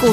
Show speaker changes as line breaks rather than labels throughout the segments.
股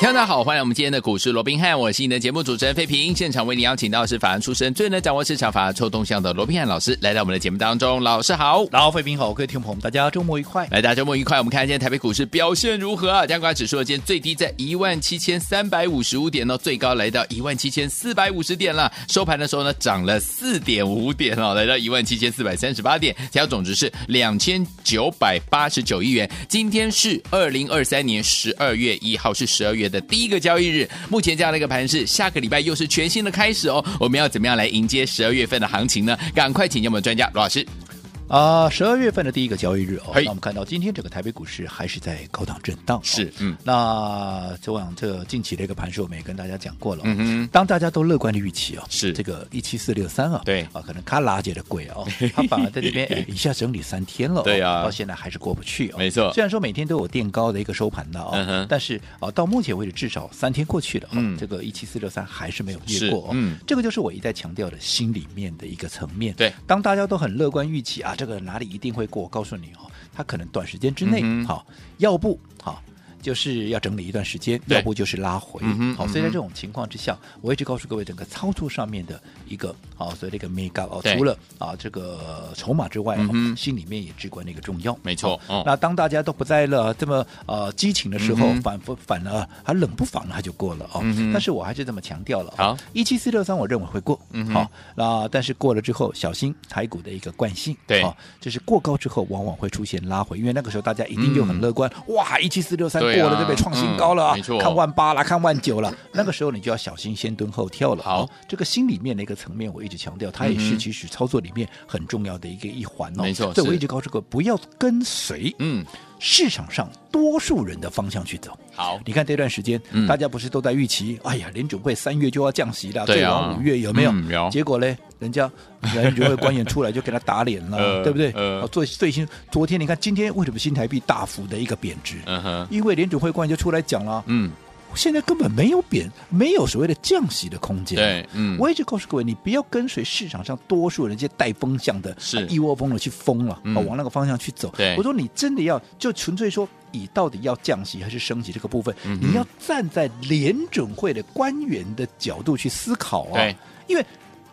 听众大家好，欢迎我们今天的股市罗宾汉，我是你的节目主持人费平。现场为你邀请到的是法案出身、最能掌握市场法案臭动向的罗宾汉老师，来到我们的节目当中。老师好，
然后，费平好，各位听众朋友们，大家周末愉快。
来大家周末愉快。我们看一下今天台北股市表现如何啊？加权指数呢今天最低在一万七千三百五十五点哦，最高来到一万七千四百五十点了。收盘的时候呢，涨了四点五点哦，来到一万七千四百三十八点，成交总值是两千九百八十九亿元。今天是二零二三年十二月一号，是十二月的第一个交易日。目前这样的一个盘势，下个礼拜又是全新的开始哦。我们要怎么样来迎接十二月份的行情呢？赶快请教我们的专家罗老师。
啊，十二月份的第一个交易日哦，
嘿
那我们看到今天整个台北股市还是在高档震荡、哦，
是嗯
那就往这个近期的一个盘势，我们也跟大家讲过了、哦
嗯哼
当大家都乐观的预期哦，
是
这个一七四六三啊，
对
啊，可能卡拉姐的贵 哦，它反而在这边哎一下整理三天了、哦，
对啊
到现在还是过不去哦，
没错
虽然说每天都有垫高的一个收盘的哦，
嗯哼
但是啊，到目前为止至少三天过去了、哦，
嗯
这个一七四六三还是没有
是
越过、哦，
嗯，
这个就是我一再强调的心里面的一个层面，
对
当大家都很乐观预期啊，这个哪里一定会过，我告诉你哦，它可能短时间之内，
嗯哼
好，要不好。就是要整理一段时间，
对
要不就是拉回
嗯哼。
好，
嗯哼
所以在这种情况之下，我一直告诉各位，整个操作上面的一个好，所以这个 make up 哦，
对
除了啊这个筹码之外，哦
嗯哼
心里面也至关的一个重要。
没错
好
哦
那当大家都不在了，这么呃激情的时候
嗯哼，
反复反而还冷不防它就过了哦
嗯哼。
但是我还是这么强调了，啊
好，
一七四六三我认为会过，
嗯哼
好，那但是过了之后，小心台股的一个惯性，
对
好就是过高之后往往会出现拉回，因为那个时候大家一定又很乐观，哇，一七四六三
嗯
过
对啊
了，对不对？创新高了啊，
嗯没错
看万八了，看万九了，那个时候你就要小心先蹲后跳了。
好
哦这个心里面的一个层面，我一直强调，它也
嗯
是
哼
其实操作里面很重要的一个一环哦。
没错
所以我
是
一直告诉各位，不要跟随
嗯，
市场上多数人的方向去走。
好，
你看这段时间，
嗯
大家不是都在预期，哎呀，联准会三月就要降息了，
对
最
啊
晚五月有没有？
嗯有
结果嘞，人家联准会官员出来就给他打脸
呃
了，对不对？
呃
哦最最新昨天你看，今天为什么新台币大幅的一个贬值？
嗯哼，
因为联准会官员就出来讲了，
嗯，
现在根本没有贬，没有所谓的降息的空间。
对，嗯，
我一直告诉各位，你不要跟随市场上多数人这些带风向的，
是
啊一窝蜂的去疯了，
嗯
啊往那个方向去走。
对
我说你真的要就纯粹说，你到底要降息还是升息这个部分，
嗯哼
你要站在联准会的官员的角度去思考啊
对，
因为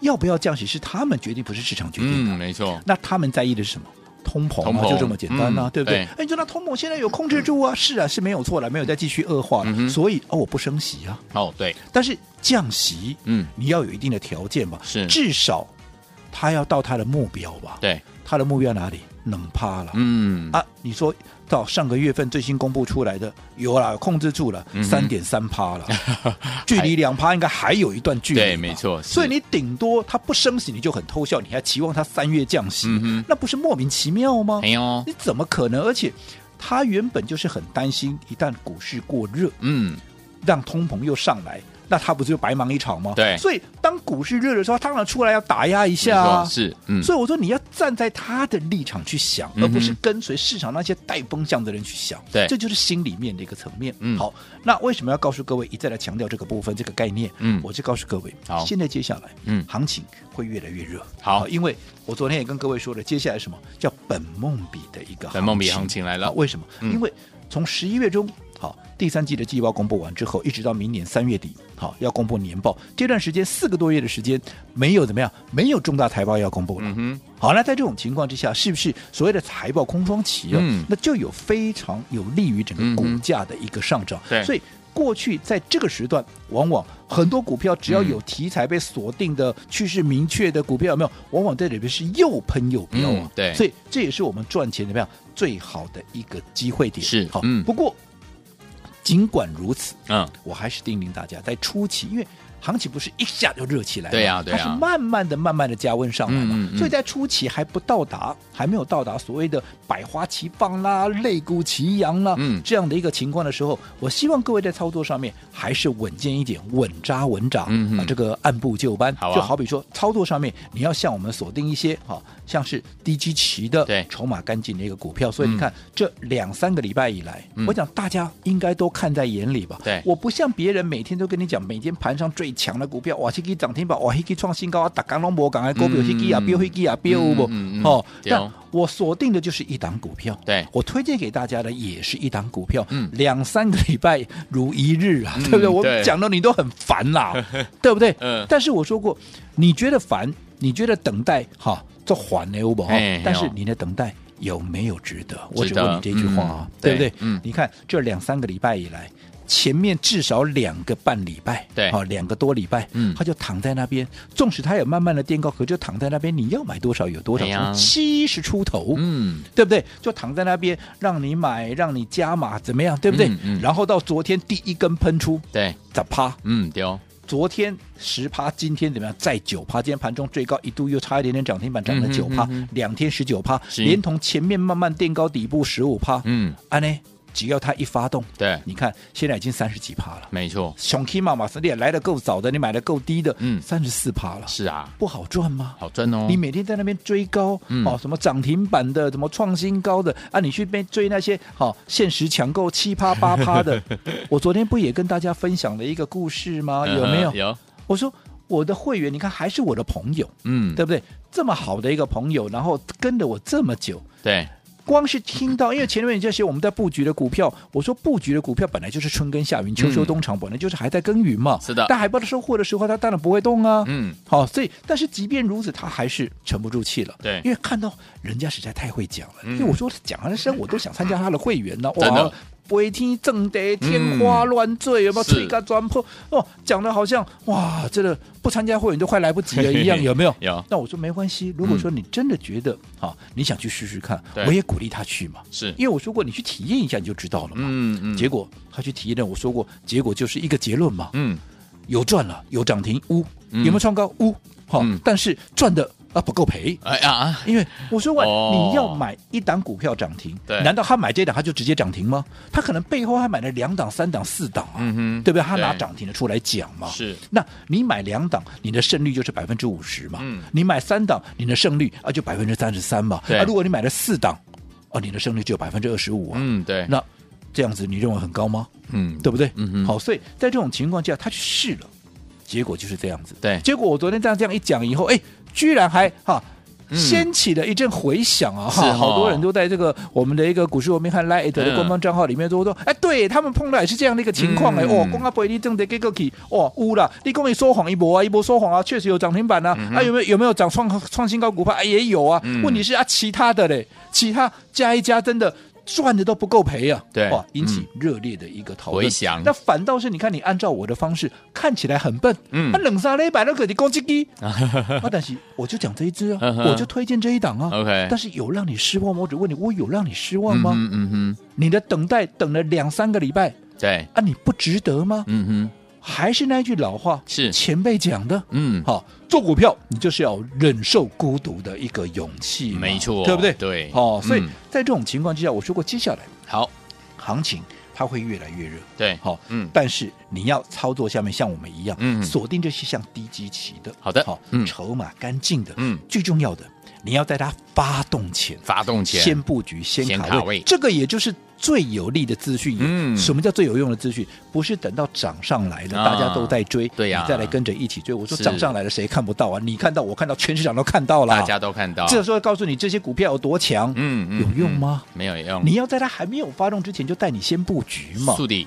要不要降息是他们决定，不是市场决定的。
嗯，没错，
那他们在意的是什么？通膨
通
嘛，
膨
就这么简单呐、
嗯
对不
对
对？哎，你说那通膨现在有控制住啊？是啊，是没有错了，没有再继续恶化了。
嗯哼
所以哦，我不升息啊，
哦，对，
但是降息，
嗯
你要有一定的条件吧，
是
至少他要到他的目标吧，，
对，
他的目标哪里？冷趴了、
嗯，
啊！你说到上个月份最新公布出来的，有啦，控制住了
嗯哼
三点三 趴了，距离两趴应该还有一段距离吧，
对没错是
所以你顶多它不升息，你就很偷笑，你还期望它三月降息，
嗯哼
那不是莫名其妙吗？
没有，
你怎么可能？而且他原本就是很担心，一旦股市过热，
嗯，
让通膨又上来，那他不是就白忙一场吗？
对
所以当股市热的时候，他当然出来要打压一下啊。
没错是，嗯，
所以我说你要站在他的立场去想，
嗯哼
而不是跟随市场那些带风向的人去想。
对
这就是心里面的一个层面。
嗯
好，那为什么要告诉各位一再来强调这个部分这个概念？
嗯
我就告诉各位，
好
现在接下来，
嗯
行情会越来越热。
好
因为我昨天也跟各位说了，接下来什么叫本梦比的一个
本梦比行情来了
啊为什么？
嗯
因为从十一月中。好，第三季的季报公布完之后，一直到明年三月底，好要公布年报。这段时间四个多月的时间，没有怎么样，没有重大财报要公布了。
嗯哼，
好，那在这种情况之下，是不是所谓的财报空窗期啊？
嗯
那就有非常有利于整
嗯
个
哼
股价的一个上涨。
嗯对
所以过去在这个时段，往往很多股票只要有题材被锁定的、趋势明确的股票，有没有？往往在里边是又喷又飙啊。
嗯对
所以这也是我们赚钱怎么样最好的一个机会点。
是
好，
嗯
不过尽管如此，
嗯，
我还是叮咛大家，在初期，因为行情不是一下就热起来，
对呀对呀
它是慢慢的、慢慢的加温上来嘛。
嗯嗯嗯
所以在初期还不到达，还没有到达所谓的百花齐放啦、肋骨齐扬啦、
嗯
这样的一个情况的时候，我希望各位在操作上面还是稳健一点，稳扎稳打，
嗯嗯
啊，这个按部就班。
好啊
就好比说操作上面，你要向我们锁定一些哈、像是低基期的
对
筹码干净的一个股票。所以你看、这两三个礼拜以来，
嗯
我讲大家应该都看在眼里吧。
对
我不像别人每天都跟你讲，每天盘上最强的股票，哇，这个涨停板，哇，那个创新高啊，打刚龙博港啊，股票，
嗯
那个啊，标，那个啊，标
嗯
不
嗯嗯？
哦，
对哦
那我锁定的就是一档股票。
对
我推荐给大家的也是一档股票
嗯，
两三个礼拜如一日啊，
嗯
对不对？我
对
讲到你都很烦 啦，对不对？
嗯
但是我说过，你觉得烦，你觉得等待哈，这缓了不哈
嘿？
但
嘿
是
哦
你的等待有没有值得？我只
值得
问你这句话啊
嗯，
对不对
对？嗯
你看这两三个礼拜以来。前面至少两个半礼拜，
对
好、两个多礼拜，
嗯
他就躺在那边。纵使他有慢慢的垫高，可就躺在那边，你要买多少有多少，
哎呀
从七十出头，
嗯，
对不对？就躺在那边让你买，让你加码，怎么样，对不对？
嗯嗯
然后到昨天第一根喷出，
对，
咋趴？
嗯，丢、哦，
昨天十趴，今天怎么样？再九趴，今天盘中最高一度又差一点点涨停板，涨了
嗯哼
九趴
嗯哼，
两天十九趴，
是
连同前面慢慢垫高底部十五趴，
嗯，
安呢？只要它一发动，
对，
你看现在已经三十几趴了。
没错，
熊 K 妈妈是也来的够早的，你买的够低的，
嗯
三十四趴了，
是啊，
不好赚吗？
好赚哦，
你每天在那边追高，
嗯
哦，什么涨停板的，什么创新高的啊，你去边追那些好、哦、限时抢购七趴八趴 的。我昨天不也跟大家分享了一个故事吗？
嗯
有没有？
哼有，
我说我的会员，你看还是我的朋友，
嗯，
对不对？这么好的一个朋友，然后跟了我这么久。
对，
光是听到，因为前面这些我们在布局的股票，我说布局的股票本来就是春耕夏耘、秋收冬藏，本来就是还在耕耘嘛。
嗯是的
但海报的收获的时候，它当然不会动啊。
嗯，
好，所以但是即便如此，他还是沉不住气了。
对
因为看到人家实在太会讲了，
嗯
因为我说讲他的声，我都想参加他的会员呢、
真的嗯
哇，不会听正得天花乱坠，有没有
是
吹个砖破？哦，讲的好像哇，真的不参加会员都快来不及了一样，有没有？
有，嗯
那我说没关系，如果说你真的觉得好、你想去试试看
对，
我也鼓励他去嘛，
是，
因为我说过你去体验一下你就知道了嘛。
嗯嗯，
结果他去体验了，我说过，结果就是一个结论嘛，
嗯，
有赚了，有涨停，呜，
嗯
有没有创高，呜，好、
嗯
但是赚的啊不够赔。
哎呀，
因为我说过，
哦
你要买一档股票涨停，
对
难道他买这档他就直接涨停吗？他可能背后还买了两档、三档、四档啊，
嗯哼
对不对？他拿
对
涨停的出来讲嘛。
是，
那你买两档，你的胜率就是百分之五十嘛。
嗯
你买三档，你的胜率啊就百分之三十三嘛。
对
啊，如果你买了四档，哦，你的胜率只有百分之二十五啊。
嗯，对，
那这样子你认为很高吗？
嗯，
对不对？
嗯哼
好，所以在这种情况下，他去试了，结果就是这样子。
对
结果我昨天这样这样一讲以后，哎，居然还哈。
嗯
掀起了一阵回响啊！
是哦
哈，好多人都在这个我们的一个股市文明和 Lite
嗯
的官方账号里面都说，哎，对他们碰到也是这样的一个情况哎、
嗯
哦，光阿伯你正在给个起，哦，乌啦，你讲你说谎一波啊，一波说谎啊，确实有涨停板啊，啊有没有有没有涨创创新高股票啊？也有啊，
嗯
问题是啊，其他的嘞，其他加一加真的赚的都不够赔啊，
对嗯
哇，引起热烈的一个讨论。
回响
那反倒是你看，你按照我的方式，看起来很笨，
嗯
啊，冷杀了一百多个你攻击 机，啊，但是我就讲这一只啊，
嗯哼
我就推荐这一档啊。
OK
但是有让你失望吗？我只问你，我有让你失望吗？
嗯哼嗯
你的等待等了两三个礼拜
哼，对，
啊，你不值得吗？
嗯哼，
还是那句老话，
是
前辈讲的，
嗯，
好，做股票你就是要忍受孤独的一个勇气嘛，
没错
对不对？
对
哦，所以
嗯
在这种情况之下，我说过，接下来
好，
行情它会越来越热，
对，
好、
嗯，
但是你要操作下面像我们一样，
嗯
锁定这些像低基期的，
好的
好、
嗯
筹码干净的，
嗯，
最重要的，你要在它发动前
发动前，
先布局，先
先
卡位，
卡位
这个也就是最有利的资讯。
嗯
什么叫最有用的资讯？不是等到涨上来了，
啊
大家都在追，
对呀
你再来跟着一起追。我说
是
涨上来了，谁看不到啊？你看到，我看到，全市场都看到了。啊
大家都看到，
这时候告诉你这些股票有多强，
嗯嗯，
有用吗
嗯没有用，
你要在它还没有发动之前就带你先布局嘛，
速底，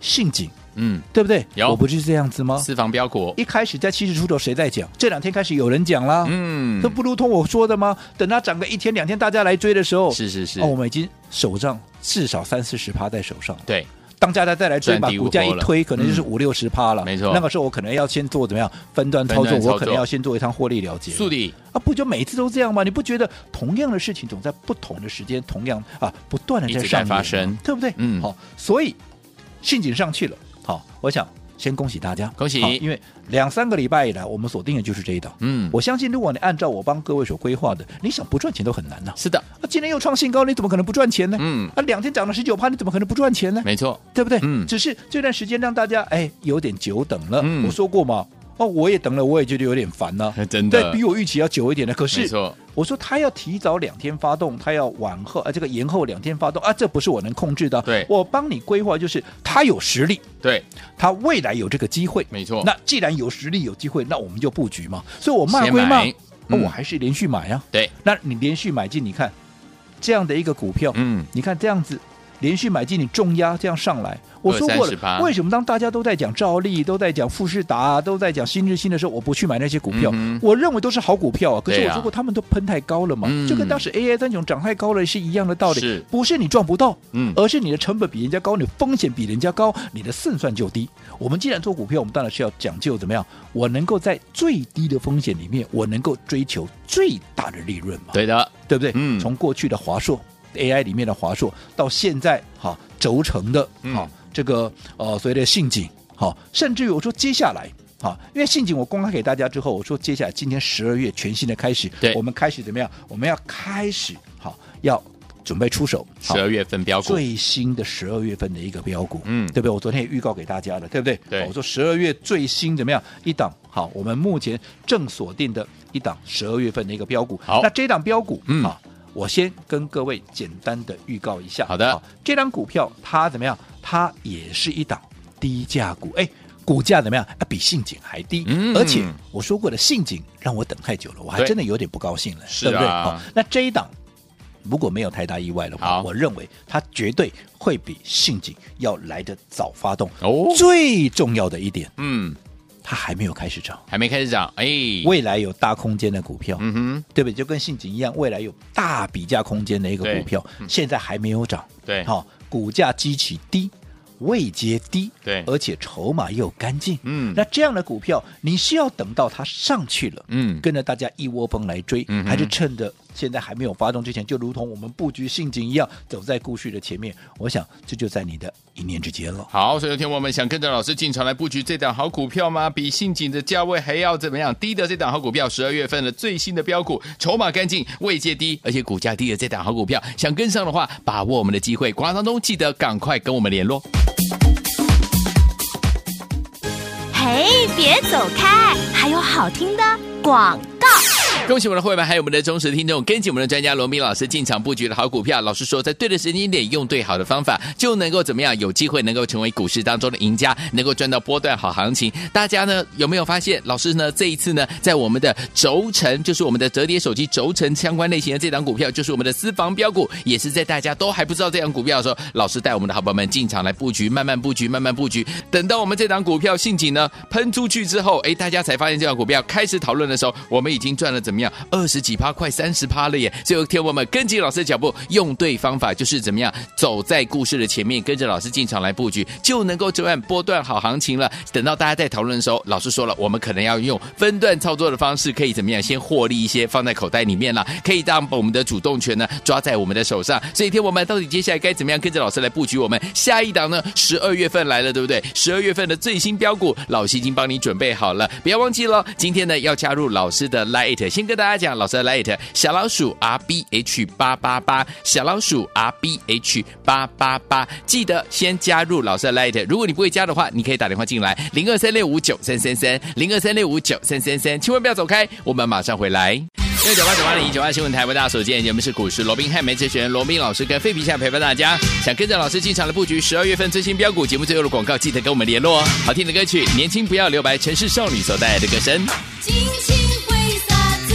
陷阱
嗯，
对不对？
有
我不就是这样子吗？
私房标股，
啊一开始在七十出头谁在讲？这两天开始有人讲啦，
嗯
这，不如同我说的吗？等它涨个一天两天，大家来追的时候，
是是是
哦，，我们已经手上至少三四十趴在手上了。
对，
当大家再来追，
赚
把
低
股价
获
一
了
推，可能就是
嗯
五六十趴了。
没错
那个时候我可能要先做怎么样分段操作
分段，操作
我可能要先做一趟获利了结。
速底，
啊，不就每次都这样吗？你不觉得同样的事情总在不同的时间，同样啊不断的
一
在
直
上
在发
演吗
生
对不对？
嗯
好，所以陷阱上去了。好，我想先恭喜大家，
恭喜
好因为两三个礼拜以来，我们锁定的就是这一档。
嗯
我相信如果你按照我帮各位所规划的，你想不赚钱都很难呐、
是的，
啊，今天又创新高，你怎么可能不赚钱呢？
嗯
啊，两天涨了十九趴，你怎么可能不赚钱呢？
没 错，
对不对？
嗯
只是这段时间让大家哎有点久等了。
嗯
我说过嘛，哦，我也等了，我也觉得有点烦呢、
真的
对比我预期要久一点的。可
没
是
错，
我说他要提早两天发动，他要往后啊，这个延后两天发动啊，这不是我能控制的。
对
我帮你规划，就是他有实力，
对，
他未来有这个机会。
没错
那既然有实力有机会，那我们就布局嘛。所以我骂
先
归骂，
买
那
嗯
我还是连续买呀、啊。
对，
那你连续买进，你看这样的一个股票，
嗯，
你看这样子连续买进，你重压这样上来，我说过
30%
了，为什么当大家都在讲兆利、都在讲富士达、都在讲新日新的时候，我不去买那些股票？
嗯哼
我认为都是好股票啊，可是
对
我
啊
说过他们都喷太高了嘛，
嗯
就跟当时 AI 三雄涨太高了是一样的道理，
是
不是你赚不到？
嗯
而是你的成本比人家高，你的风险比人家高，你的胜算就低。我们既然做股票，我们当然是要讲究怎么样，我能够在最低的风险里面，我能够追求最大的利润嘛？
对的，
对不对？
嗯
从过去的华硕 AI 里面的华硕，到现在哈、轴承的
嗯
哈、这个呃所谓的信景，好、甚至于我说接下来。好，因为信景我公开给大家之后，我说接下来今天十二月全新的开始，
对
我们开始怎么样？我们要开始好，要准备出手，好
十二月份标股，
最新的十二月份的一个标股，
嗯
对不对？我昨天也预告给大家了，对不对？
对
好我说十二月最新怎么样一档？好，我们目前正锁定的一档十二月份的一个标股。
好
那这档标股，
嗯
好，我先跟各位简单的预告一下。
好的
这档股票它怎么样？它也是一档低价股，哎。股价怎么样？啊比信景还低，
嗯
而且我说过的信景让我等太久了，我还
对
真的有点不高兴了，
是
对不对？
啊
好，那这一档如果没有太大意外的
好
话，我认为它绝对会比信锦要来得早发动。
哦
最重要的一点，
嗯，
它还没有开始涨，
还没开始涨，哎，
未来有大空间的股票，
嗯哼，
对不对？就跟信锦一样，未来有大比价空间的一个股票，现在还没有涨，
嗯对
好、股价基期低。位阶低，
对
而且筹码又干净，
嗯
那这样的股票，你是要等到它上去了，
嗯
跟着大家一窝蜂来追，
嗯哼
还是趁着现在还没有发动之前，就如同我们布局陷阱一样，走在故事的前面。我想这就在你的一念之间了。
好，所以有听我们想跟着老师进场来布局这档好股票吗？比信锦的价位还要怎么样低的这档好股票，十二月份的最新的标股，筹码干净，位阶低，而且股价低的这档好股票，想跟上的话，把握我们的机会，广告当中记得赶快跟我们联络。
嘿，别走开，还有好听的广告。
恭喜我们的会员，还有我们的忠实听众，跟紧我们的专家罗明老师进场布局的好股票。老师说，在对的时间点用对好的方法，就能够怎么样？有机会能够成为股市当中的赢家，能够赚到波段好行情。大家呢有没有发现，老师呢这一次呢，在我们的轴承，就是我们的折叠手机轴承相关类型的这档股票，就是我们的私房标股，也是在大家都还不知道这档股票的时候，老师带我们的好朋友们进场来布局，慢慢布局，慢慢布局。等到我们这档股票信锦呢喷出去之后，哎，大家才发现这档股票开始讨论的时候，我们已经赚了怎么样二十几趴，快三十趴了耶！所以天我们跟紧老师的脚步，用对方法，就是怎么样走在故事的前面，跟着老师进场来布局，就能够赚波段好行情了。等到大家在讨论的时候，老师说了，我们可能要用分段操作的方式，可以怎么样先获利一些，放在口袋里面了，可以让我们的主动权呢抓在我们的手上。所以天我们到底接下来该怎么样跟着老师来布局？我们下一档呢，十二月份来了，对不对？十二月份的最新标股，老师已经帮你准备好了，不要忘记了，今天呢要加入老师的 Light，先跟大家讲老师的 Light 小老鼠 R B H 八八八，小老鼠 R B H 八八八，记得先加入老师的 Light，如果你不会加的话，你可以打电话进来零二三六五九三三三零二三六五九三三三，千万不要走开，我们马上回来。六九八九八零九八新闻台为大家所见，节目是股市罗宾汉梅哲学员罗宾老师跟费皮夏陪伴大家。想跟着老师进场的布局十二月份最新标股，节目最后的广告记得跟我们联络哦。好听的歌曲，年轻不要留白，城市少女所带来的歌声。
尽情挥洒自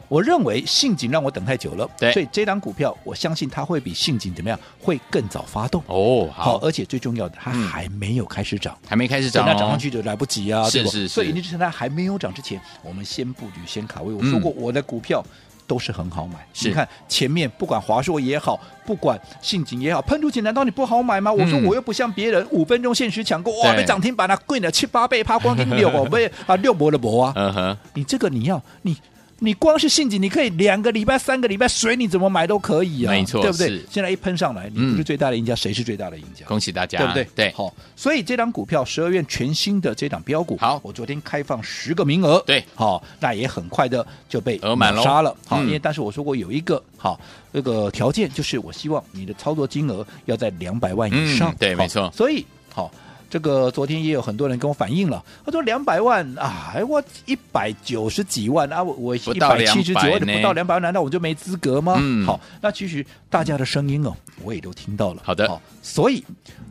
我认为信锦让我等太久了，
对
所以这档股票我相信它会比信锦怎么样，会更早发动。
哦，
好，
好，
而且最重要的，它
嗯
还没有开始涨。
还没开始
等
涨
它涨
哦
上，去就来不及啊，
是
对不
是是
所以你趁它还没有涨之前，我们先布局，先卡位。我
嗯
说过，我的股票都是很好买。
是
你看前面不管华硕也好，不管信锦也好，喷出去难道你不好买吗？我说
嗯
我又不像别人，五分钟限时抢购，哇，
对
被涨停板啊，贵了七八倍，趴光给你 六哦倍啊，六波的波啊，
嗯哼，
你这个你要你。你光是信锦，你可以两个礼拜、三个礼拜，随你怎么买都可以啊，
没错
对不对
是？嗯
现在一喷上来，你不是最大的赢家，谁是最大的赢家？
恭喜大家，
对不对？
对，
好，所以这档股票十二月全新的这档标股，
好
我昨天开放十个名额，
对
好，那也很快的就被
额满
秒杀
喽
了，好，
嗯
因为但是我说过有一个好那个条件，就是我希望你的操作金额要在两百万以上
嗯，对
好
没错
所以好。这个昨天也有很多人跟我反映了，他说两百万啊，哎我一百九十几万啊，我我
不
一
到
百七十几
200
万
呢
不到两百万，难道我就没资格吗？
嗯
好，那其实大家的声音哦，我也都听到了。
好的
所以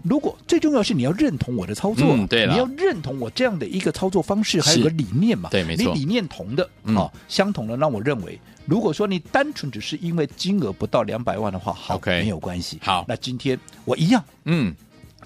如果最重要是你要认同我的操作，啊
嗯对了
你要认同我这样的一个操作方式，还
是
有个理念嘛，
对没错
你理念同的，
嗯
好、相同的，那我认为，如果说你单纯只是因为金额不到两百万的话，好
OK
没有关系。
好
那今天我一样
嗯，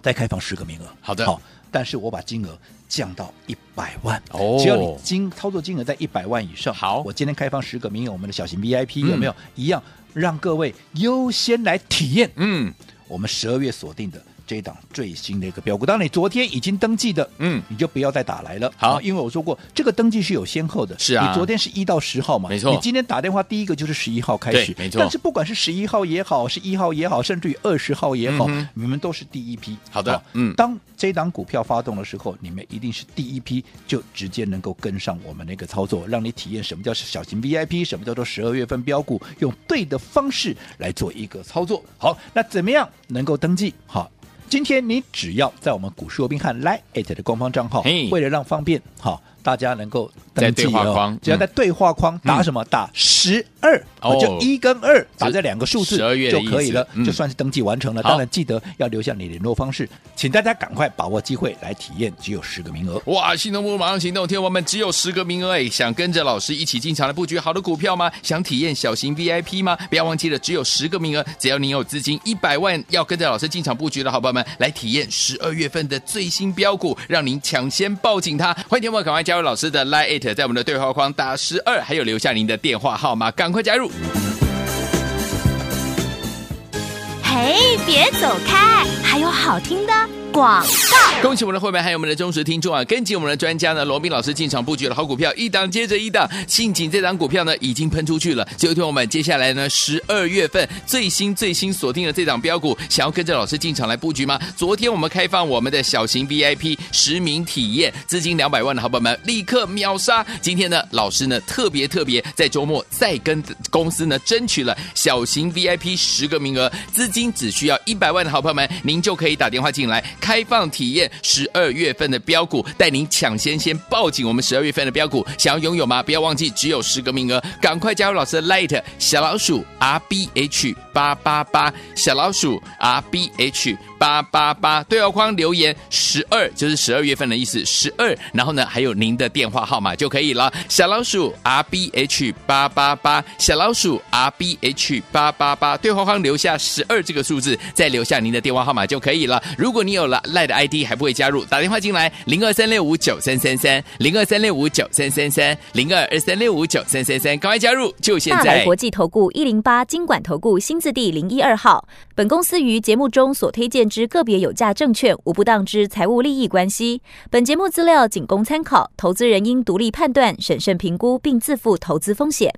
再开放十个名额，
好的
好，但是我把金额降到一百万
哦
只要你金操作金额在一百万以上，
好
我今天开放十个名额，我们的小型 VIP
嗯
有没有、一样让各位优先来体验？
嗯，
我们十二月锁定的这一档最新的一个标股。当然，你昨天已经登记的，
嗯
你就不要再打来了。
好
啊因为我说过，这个登记是有先后的。
是啊
你昨天是一到十号嘛，
没错
你今天打电话第一个就是十一号开始，
对没错
但是不管是十一号也好，是一号也好，甚至于二十号也好，
嗯哼
你们都是第一批。
好的嗯
当这档股票发动的时候，你们一定是第一批，就直接能够跟上我们那个操作，让你体验什么叫小型 VIP，什么叫做十二月份标股，用对的方式来做一个操作。好，那怎么样能够登记？好。今天你只要在我们股市罗宾汉 Line 的官方账号
嘿，
为了让方便，好，大家能够
在
登记
对话框嗯
哦，只要在对话框打什么？打十二，
哦
哦就一跟二打这两个数字
12月的
就可
意
以
思
了
嗯，
就算是登记完成了。
好
当然记得要留下你联络方式，请大家赶快把握机会来体验，只有十个名额。
哇！心动不如马上行动，天王们只有十个名额哎！想跟着老师一起进场来布局好的股票吗？想体验小型 VIP 吗？不要忘记了，只有十个名额，只要你有资金一百万，要跟着老师进场布局的好朋友们，来体验十二月份的最新标股，让您抢先抱紧它。欢迎天王赶快加入老师的 Line It，在我们的对话框打十二，还有留下您的电话号码，赶快加入。
嘿，别走开，还有好听的广。
恭喜我们的会员，还有我们的忠实听众啊！跟紧我们的专家呢，罗斌老师进场布局了好股票，一档接着一档。信锦这档股票呢，已经喷出去了。所以，听我们接下来呢，十二月份最新最新锁定的这档标股，想要跟着老师进场来布局吗？昨天我们开放我们的小型 VIP 实名体验，资金两百万的好朋友们立刻秒杀！今天呢，老师呢特别特别在周末再跟公司呢争取了小型 VIP 十个名额，资金只需要一百万的好朋友们，您就可以打电话进来，开放体验十二月份的标股，带您抢先先抱紧我们十二月份的标股，想要拥有吗？不要忘记只有十个名额，赶快加入老师的 Light 小老鼠 R B H 八八八小老鼠 R B H 八八八对话框留言十二就是十二月份的意思，十二，然后呢还有您的电话号码就可以了，小老鼠 R B H 八八八小老鼠 R B H 八八八对话框留下十二这个数字，再留下您的电话号码就可以了。如果你有了赖的 ID 还不会加入，打电话进来零二三六五九三三三零二三六五九三三三零二二三六五九三三三，赶快加入，就现
大来
在。
国际投顾一零八金管投顾新字第零一二号。本公司于节目中所推荐之个别有价证券，无不当之财务利益关系。本节目资料仅供参考，投资人应独立判断、审慎评估，并自负投资风险。